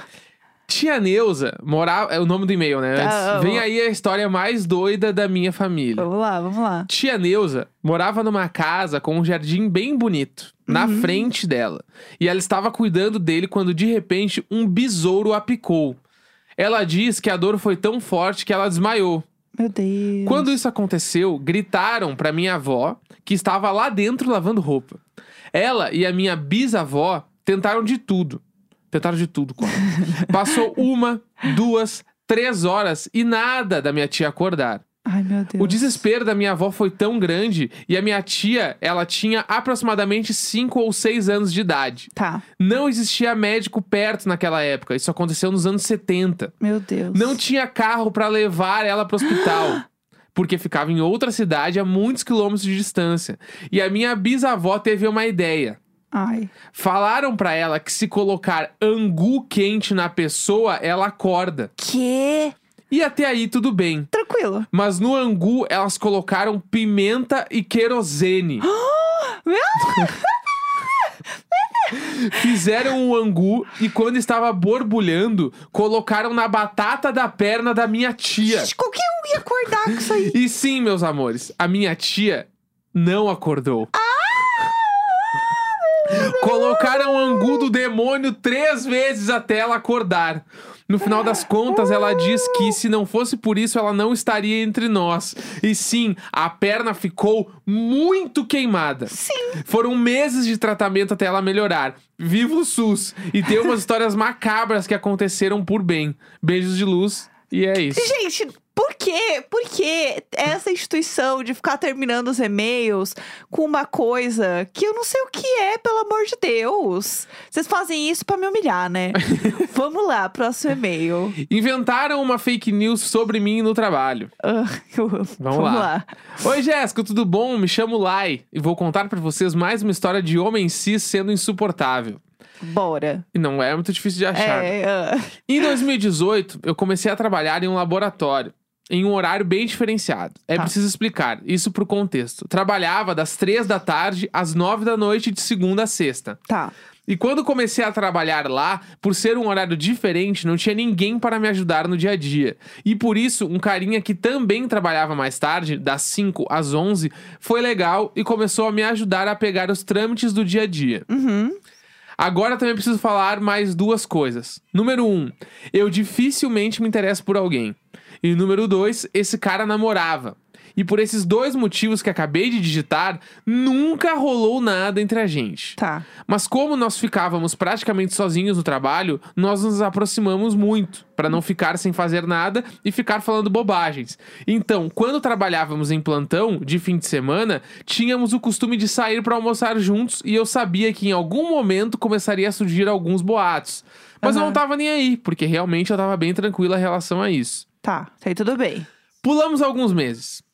Speaker 1: Tia Neuza morava. É o nome do e-mail, né? Antes.
Speaker 2: Tá,
Speaker 1: Vem
Speaker 2: vamos.
Speaker 1: aí a história mais doida da minha família.
Speaker 2: vamos lá, vamos lá.
Speaker 1: Tia Neuza morava numa casa com um jardim bem bonito, na frente dela. E ela estava cuidando dele quando de repente um besouro a picou. Ela diz que a dor foi tão forte que ela desmaiou.
Speaker 2: Meu Deus.
Speaker 1: Quando isso aconteceu, gritaram pra minha avó, que estava lá dentro lavando roupa. Ela e a minha bisavó tentaram de tudo. Tentaram de tudo, quase. Passou uma, duas, três horas e nada da minha tia acordar.
Speaker 2: Ai, meu Deus.
Speaker 1: O desespero da minha avó foi tão grande e a minha tia, ela tinha aproximadamente cinco ou seis anos de idade.
Speaker 2: Tá,
Speaker 1: Não existia médico perto naquela época. Isso aconteceu nos anos 70.
Speaker 2: meu Deus.
Speaker 1: Não tinha carro pra levar ela pro hospital. Porque ficava em outra cidade a muitos quilômetros de distância. E a minha bisavó teve uma ideia.
Speaker 2: Ai.
Speaker 1: Falaram pra ela que se colocar angu quente na pessoa, ela acorda.
Speaker 2: Que?
Speaker 1: E até aí tudo bem.
Speaker 2: Tranquilo.
Speaker 1: Mas no angu elas colocaram pimenta e querosene. Fizeram o angu e quando estava borbulhando, colocaram na batata da perna da minha tia.
Speaker 2: Gente, qualquer um ia acordar com isso aí.
Speaker 1: E sim, meus amores, a minha tia não acordou. Colocaram o angu do demônio três vezes até ela acordar. No final das contas, ela diz que se não fosse por isso, ela não estaria entre nós. E sim, a perna ficou muito queimada.
Speaker 2: Sim.
Speaker 1: Foram meses de tratamento até ela melhorar. Viva o SUS! E tem umas histórias macabras que aconteceram por bem. Beijos de luz. E é isso.
Speaker 2: Gente, por quê? Por que essa instituição de ficar terminando os e-mails com uma coisa que eu não sei o que é, pelo amor de Deus? Vocês fazem isso pra me humilhar, né? Vamos lá, próximo e-mail.
Speaker 1: Inventaram uma fake news sobre mim no trabalho.
Speaker 2: Ah, eu amo.
Speaker 1: Vamos lá. Oi, Jéssica, tudo bom? Me chamo Lai e vou contar pra vocês mais uma história de homem cis sendo insuportável.
Speaker 2: Bora.
Speaker 1: E não é muito difícil de achar.
Speaker 2: É, ah,
Speaker 1: Em 2018, eu comecei a trabalhar em um laboratório, em um horário bem diferenciado. É
Speaker 2: Tá.
Speaker 1: preciso explicar, isso pro contexto. Trabalhava das três da tarde às nove da noite, de segunda a sexta.
Speaker 2: tá.
Speaker 1: E quando comecei a trabalhar lá, por ser um horário diferente, não tinha ninguém para me ajudar no dia a dia. E por isso, um carinha que também trabalhava mais tarde, das 5 às 11, foi legal e começou a me ajudar a pegar os trâmites do dia a dia.
Speaker 2: Uhum.
Speaker 1: Agora também preciso falar mais duas coisas. Número um, eu dificilmente me interesso por alguém. E número dois, esse cara namorava. E por esses dois motivos que acabei de digitar, nunca rolou nada entre a gente.
Speaker 2: Tá.
Speaker 1: Mas como nós ficávamos praticamente sozinhos no trabalho, nós nos aproximamos muito, para não ficar sem fazer nada e ficar falando bobagens. Então, quando trabalhávamos em plantão, de fim de semana, tínhamos o costume de sair para almoçar juntos e eu sabia que em algum momento começaria a surgir alguns boatos. Mas eu
Speaker 2: Aham.
Speaker 1: não tava nem aí, porque realmente eu tava bem tranquila em relação a isso.
Speaker 2: Tá. Tá aí tudo bem.
Speaker 1: Pulamos alguns meses.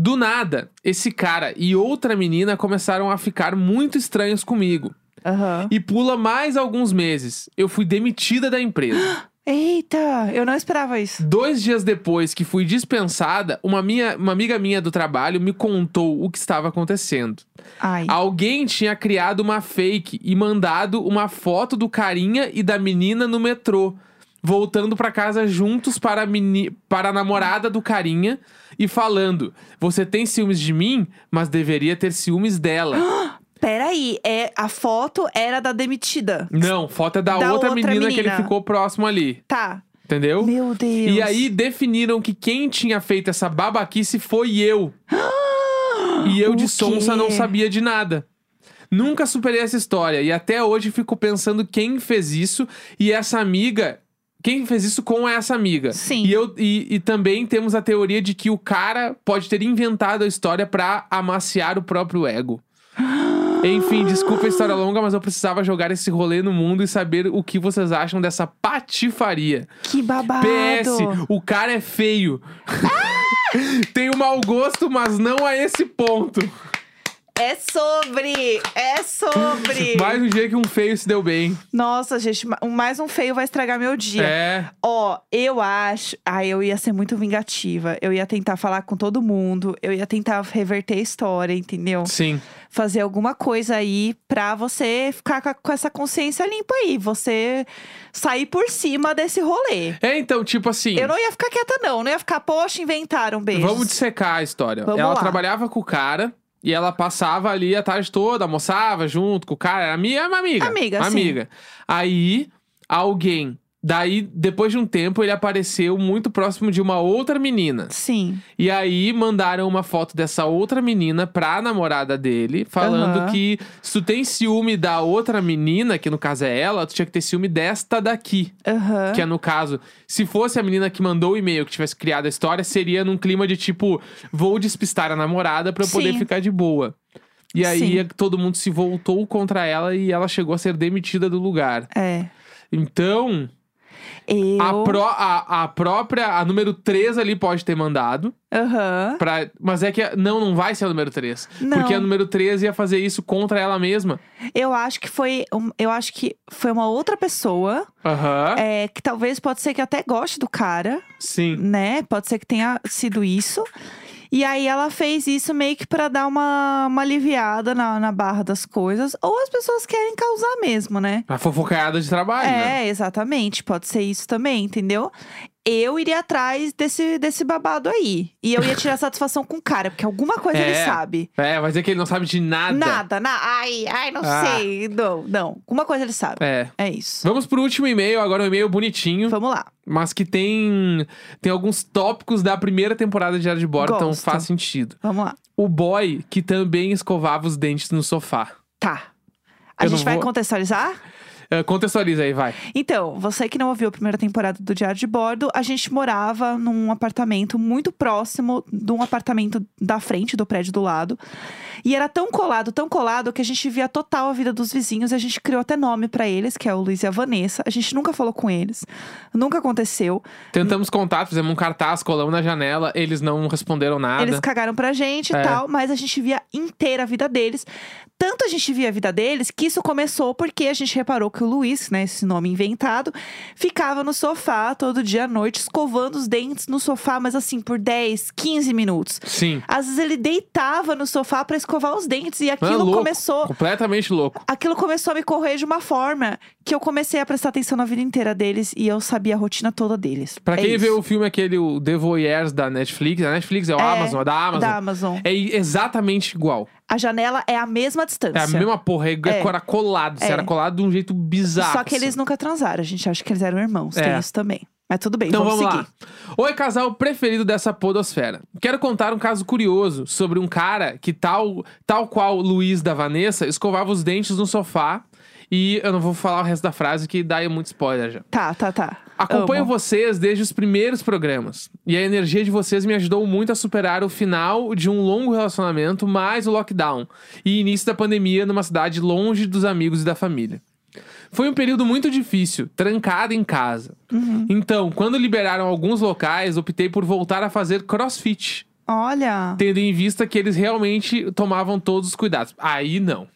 Speaker 1: Do nada, esse cara e outra menina começaram a ficar muito estranhos comigo.
Speaker 2: Aham.
Speaker 1: E pula mais alguns meses. Eu fui demitida da empresa.
Speaker 2: Eita, eu não esperava isso.
Speaker 1: Dois dias depois que fui dispensada, uma, minha, uma amiga minha do trabalho me contou o que estava acontecendo.
Speaker 2: Ai.
Speaker 1: Ah. Alguém tinha criado uma fake e mandado uma foto do carinha e da menina no metrô. Voltando pra casa juntos para a, meni- para a namorada do carinha e falando: Você tem ciúmes de mim, mas deveria ter ciúmes dela.
Speaker 2: Peraí, é, a foto era da demitida.
Speaker 1: Não, foto é da,
Speaker 2: Da outra
Speaker 1: outra, menina que ele
Speaker 2: menina.
Speaker 1: ficou próximo ali.
Speaker 2: Tá.
Speaker 1: Entendeu?
Speaker 2: Meu Deus.
Speaker 1: E aí definiram que quem tinha feito essa babaquice foi eu. E eu
Speaker 2: O
Speaker 1: de
Speaker 2: quê?
Speaker 1: sonsa não sabia de nada. Nunca superei essa história e até hoje fico pensando quem fez isso e essa amiga. Quem fez isso com essa amiga?
Speaker 2: Sim.
Speaker 1: E, eu, e, e também temos a teoria de que o cara pode ter inventado a história pra amaciar o próprio ego. Enfim, desculpa a história longa, mas eu precisava jogar esse rolê no mundo e saber o que vocês acham dessa patifaria.
Speaker 2: Que babado.
Speaker 1: PS, o cara é feio. Tem o mau gosto, mas não a esse ponto.
Speaker 2: É sobre! É sobre!
Speaker 1: Mais um dia que um feio se deu bem.
Speaker 2: Nossa, gente, ma- mais um feio vai estragar meu dia.
Speaker 1: É.
Speaker 2: Ó, eu acho. Ah, eu ia ser muito vingativa. Eu ia tentar falar com todo mundo. Eu ia tentar reverter a história, entendeu?
Speaker 1: Sim.
Speaker 2: Fazer alguma coisa aí pra você ficar ca- com essa consciência limpa aí. Você sair por cima desse rolê.
Speaker 1: É, então, tipo assim.
Speaker 2: Eu não ia ficar quieta, não. Não ia ficar, poxa, inventaram beijo.
Speaker 1: Vamos dissecar a história.
Speaker 2: Vamos
Speaker 1: ela
Speaker 2: lá.
Speaker 1: trabalhava com o cara e ela passava ali a tarde toda, almoçava junto com o cara. Era minha é uma amiga.
Speaker 2: Amiga, sim.
Speaker 1: Amiga. Aí, alguém. Daí, depois de um tempo, ele apareceu muito próximo de uma outra menina.
Speaker 2: Sim.
Speaker 1: E aí mandaram uma foto dessa outra menina pra namorada dele, falando
Speaker 2: Aham.
Speaker 1: que se tu tem ciúme da outra menina, que no caso é ela, tu tinha que ter ciúme desta daqui.
Speaker 2: Aham.
Speaker 1: Que é no caso, se fosse a menina que mandou o e-mail que tivesse criado a história, seria num clima de tipo, vou despistar a namorada pra eu poder
Speaker 2: Sim.
Speaker 1: ficar de boa. E aí
Speaker 2: Sim.
Speaker 1: todo mundo se voltou contra ela e ela chegou a ser demitida do lugar.
Speaker 2: É.
Speaker 1: Então,
Speaker 2: Eu.
Speaker 1: a, pró- a- a própria, a número 3 ali pode ter mandado.
Speaker 2: Aham.
Speaker 1: Pra... Mas é que não, não vai ser a número 3.
Speaker 2: Não.
Speaker 1: Porque a número 3 ia fazer isso contra ela mesma.
Speaker 2: Eu acho que foi. um- Eu acho que foi uma outra pessoa.
Speaker 1: Aham.
Speaker 2: é, que talvez pode ser que até goste do cara,
Speaker 1: Sim.
Speaker 2: né? Pode ser que tenha sido isso. E aí ela fez isso meio que pra dar uma, uma aliviada na, na barra das coisas. Ou as pessoas querem causar mesmo, né?
Speaker 1: A fofocaiada de trabalho, né?
Speaker 2: é, exatamente. Pode ser isso também, entendeu? Eu iria atrás desse, desse babado aí. E eu ia tirar satisfação com o cara, porque alguma coisa
Speaker 1: É.
Speaker 2: ele sabe.
Speaker 1: É, vai dizer que ele não sabe de nada.
Speaker 2: Nada, na, ai, ai, não
Speaker 1: Ah.
Speaker 2: sei. Não, não. Alguma coisa ele sabe.
Speaker 1: É.
Speaker 2: É, isso.
Speaker 1: Vamos pro último e-mail, agora um e-mail bonitinho,
Speaker 2: Vamos lá.
Speaker 1: mas que tem tem alguns tópicos da primeira temporada de Diário de Bordo, então
Speaker 2: Gosto.
Speaker 1: faz sentido.
Speaker 2: Vamos lá.
Speaker 1: O boy que também escovava os dentes no sofá.
Speaker 2: Tá. A
Speaker 1: Eu não
Speaker 2: gente vai
Speaker 1: vou-
Speaker 2: contextualizar?
Speaker 1: Eh, contextualiza aí, vai.
Speaker 2: Então, você que não ouviu a primeira temporada do Diário de Bordo, a gente morava num apartamento muito próximo de um apartamento da frente do prédio do lado. E era tão colado, tão colado, que a gente via total a vida dos vizinhos. e A gente criou até nome pra eles, que é o Luiz e a Vanessa. A gente nunca falou com eles, nunca aconteceu.
Speaker 1: Tentamos contato, fizemos um cartaz, colamos na janela, eles não responderam nada.
Speaker 2: Eles cagaram pra gente e
Speaker 1: É.
Speaker 2: tal, mas a gente via inteira a vida deles. Tanto a gente via a vida deles que isso começou porque a gente reparou que o Luiz, né, esse nome inventado, ficava no sofá todo dia à noite, escovando os dentes no sofá, mas assim, por 10, 15 minutos.
Speaker 1: Sim.
Speaker 2: Às vezes ele deitava no sofá pra escovar os dentes e
Speaker 1: Ah,
Speaker 2: aquilo
Speaker 1: louco.
Speaker 2: começou.
Speaker 1: Completamente louco.
Speaker 2: Aquilo começou a me correr de uma forma que eu comecei a prestar atenção na vida inteira deles e eu sabia a rotina toda deles.
Speaker 1: Pra
Speaker 2: É
Speaker 1: quem
Speaker 2: isso.
Speaker 1: vê o filme aquele o The Voyeurs da Netflix, a Netflix é o
Speaker 2: É,
Speaker 1: Amazon, é da Amazon.
Speaker 2: da Amazon.
Speaker 1: É exatamente igual.
Speaker 2: A janela é a mesma distância.
Speaker 1: É a mesma porra, é,
Speaker 2: É.
Speaker 1: era colado. Você
Speaker 2: É.
Speaker 1: era colado de um jeito bizarro. assim.
Speaker 2: Só que eles nunca transaram, a gente acha que eles eram irmãos,
Speaker 1: É.
Speaker 2: tem isso também. Mas tudo bem,
Speaker 1: Então
Speaker 2: vamos,
Speaker 1: vamos lá.
Speaker 2: seguir.
Speaker 1: Oi, casal preferido dessa podosfera. Quero contar um caso curioso sobre um cara que, tal, tal qual Luiz da Vanessa, escovava os dentes no sofá. E eu não vou falar o resto da frase, que dá muito spoiler já.
Speaker 2: Tá, tá, tá.
Speaker 1: Acompanho
Speaker 2: Amo.
Speaker 1: vocês desde os primeiros programas. E a energia de vocês me ajudou muito a superar o final de um longo relacionamento, mais o lockdown e início da pandemia numa cidade longe dos amigos e da família. Foi um período muito difícil, trancado em casa.
Speaker 2: Uhum.
Speaker 1: Então, quando liberaram alguns locais, optei por voltar a fazer crossfit,
Speaker 2: Olha.
Speaker 1: tendo em vista que eles realmente tomavam todos os cuidados. Aí não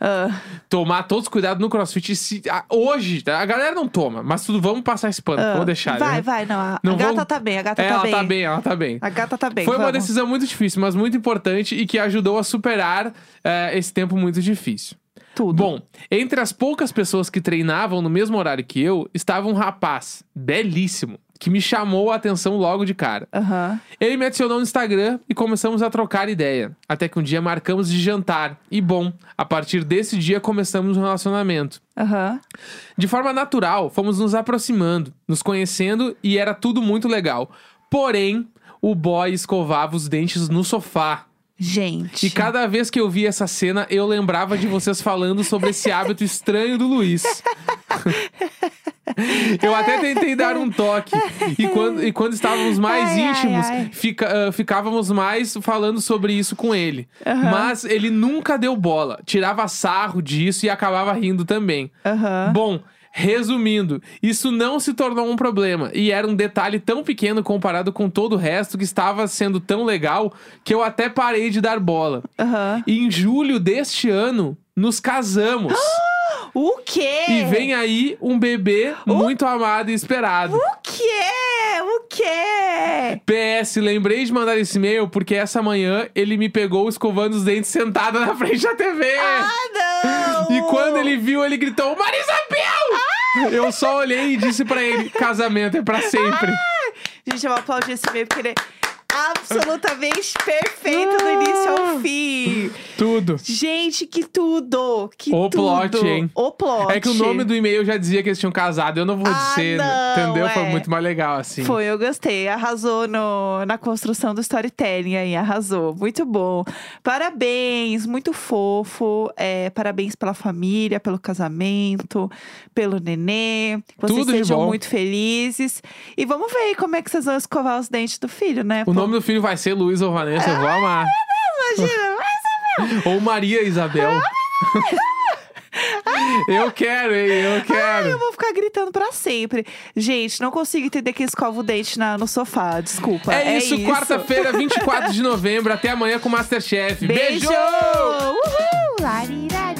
Speaker 2: ah,
Speaker 1: tomar todos os cuidados no crossfit. Se, a- hoje, tá? a galera não toma, mas tudo, vamos passar esse pano,
Speaker 2: ah.
Speaker 1: vamos deixar.
Speaker 2: Vai,
Speaker 1: né?
Speaker 2: vai, não. A, a
Speaker 1: Não
Speaker 2: gata
Speaker 1: vamos-
Speaker 2: tá bem, a gata
Speaker 1: É,
Speaker 2: tá
Speaker 1: ela
Speaker 2: bem.
Speaker 1: tá bem, ela tá bem.
Speaker 2: A gata tá bem.
Speaker 1: Foi uma
Speaker 2: vamos.
Speaker 1: decisão muito difícil, mas muito importante e que ajudou a superar eh, esse tempo muito difícil.
Speaker 2: Tudo.
Speaker 1: Bom, entre as poucas pessoas que treinavam no mesmo horário que eu, estava um rapaz belíssimo que me chamou a atenção logo de cara.
Speaker 2: Aham.
Speaker 1: Ele me adicionou no Instagram e começamos a trocar ideia. Até que um dia marcamos de jantar. E bom, a partir desse dia começamos um relacionamento.
Speaker 2: Aham.
Speaker 1: De forma natural, fomos nos aproximando, nos conhecendo e era tudo muito legal. Porém, o boy escovava os dentes no sofá.
Speaker 2: Gente.
Speaker 1: E cada vez que eu via essa cena, eu lembrava de vocês falando sobre esse hábito estranho do Luiz. Eu até tentei dar um toque. E quando, e quando estávamos mais
Speaker 2: Ai, ai,
Speaker 1: íntimos,
Speaker 2: ai.
Speaker 1: fica- ah, ficávamos mais falando sobre isso com ele. Mas ele nunca deu bola, tirava sarro disso e acabava rindo também.
Speaker 2: Aham.
Speaker 1: Bom, resumindo, isso não se tornou um problema e era um detalhe tão pequeno comparado com todo o resto que estava sendo tão legal que eu até parei de dar bola.
Speaker 2: Aham.
Speaker 1: E em julho deste ano, nos casamos.
Speaker 2: O quê?
Speaker 1: e vem aí um bebê muito amado e esperado.
Speaker 2: O quê? O quê?
Speaker 1: PS, lembrei de mandar esse e-mail porque essa manhã ele me pegou escovando os dentes sentada na frente da TV.
Speaker 2: Ah, não!
Speaker 1: E quando ele viu, ele gritou: Marisabel! Eu só olhei e disse pra ele: casamento é pra sempre.
Speaker 2: Gente, eu vou aplaudir esse meio porque ele é absolutamente perfeito do início
Speaker 1: Ah.
Speaker 2: ao fim.
Speaker 1: Tudo.
Speaker 2: Gente, que tudo! Que
Speaker 1: O
Speaker 2: tudo.
Speaker 1: plot, hein?
Speaker 2: O plot.
Speaker 1: É que o nome do e-mail já dizia que eles tinham casado, eu não vou
Speaker 2: Ah,
Speaker 1: dizer, né?
Speaker 2: não,
Speaker 1: entendeu? Foi
Speaker 2: é.
Speaker 1: muito mais legal assim.
Speaker 2: Foi, eu gostei. Arrasou no, na construção do storytelling aí, arrasou. Muito bom. Parabéns, muito fofo. É, parabéns pela família, pelo casamento, pelo nenê. Que vocês
Speaker 1: Tudo de
Speaker 2: sejam
Speaker 1: bom.
Speaker 2: muito felizes. E vamos ver aí como é que vocês vão escovar os dentes do filho, né?
Speaker 1: O nome do filho vai ser Luiz ou Vanessa, eu vou amar.
Speaker 2: Imagina, mas
Speaker 1: Ou Maria Isabel. Eu quero, hein? Eu quero.
Speaker 2: Eu vou ficar gritando pra sempre. Gente, não consigo entender que escova o dente na- no sofá. Desculpa.
Speaker 1: é,
Speaker 2: É,
Speaker 1: isso, quarta-feira, 24 de novembro. Até amanhã com o Masterchef.
Speaker 2: Beijo!
Speaker 1: Beijo!
Speaker 2: Uhul! Larirari.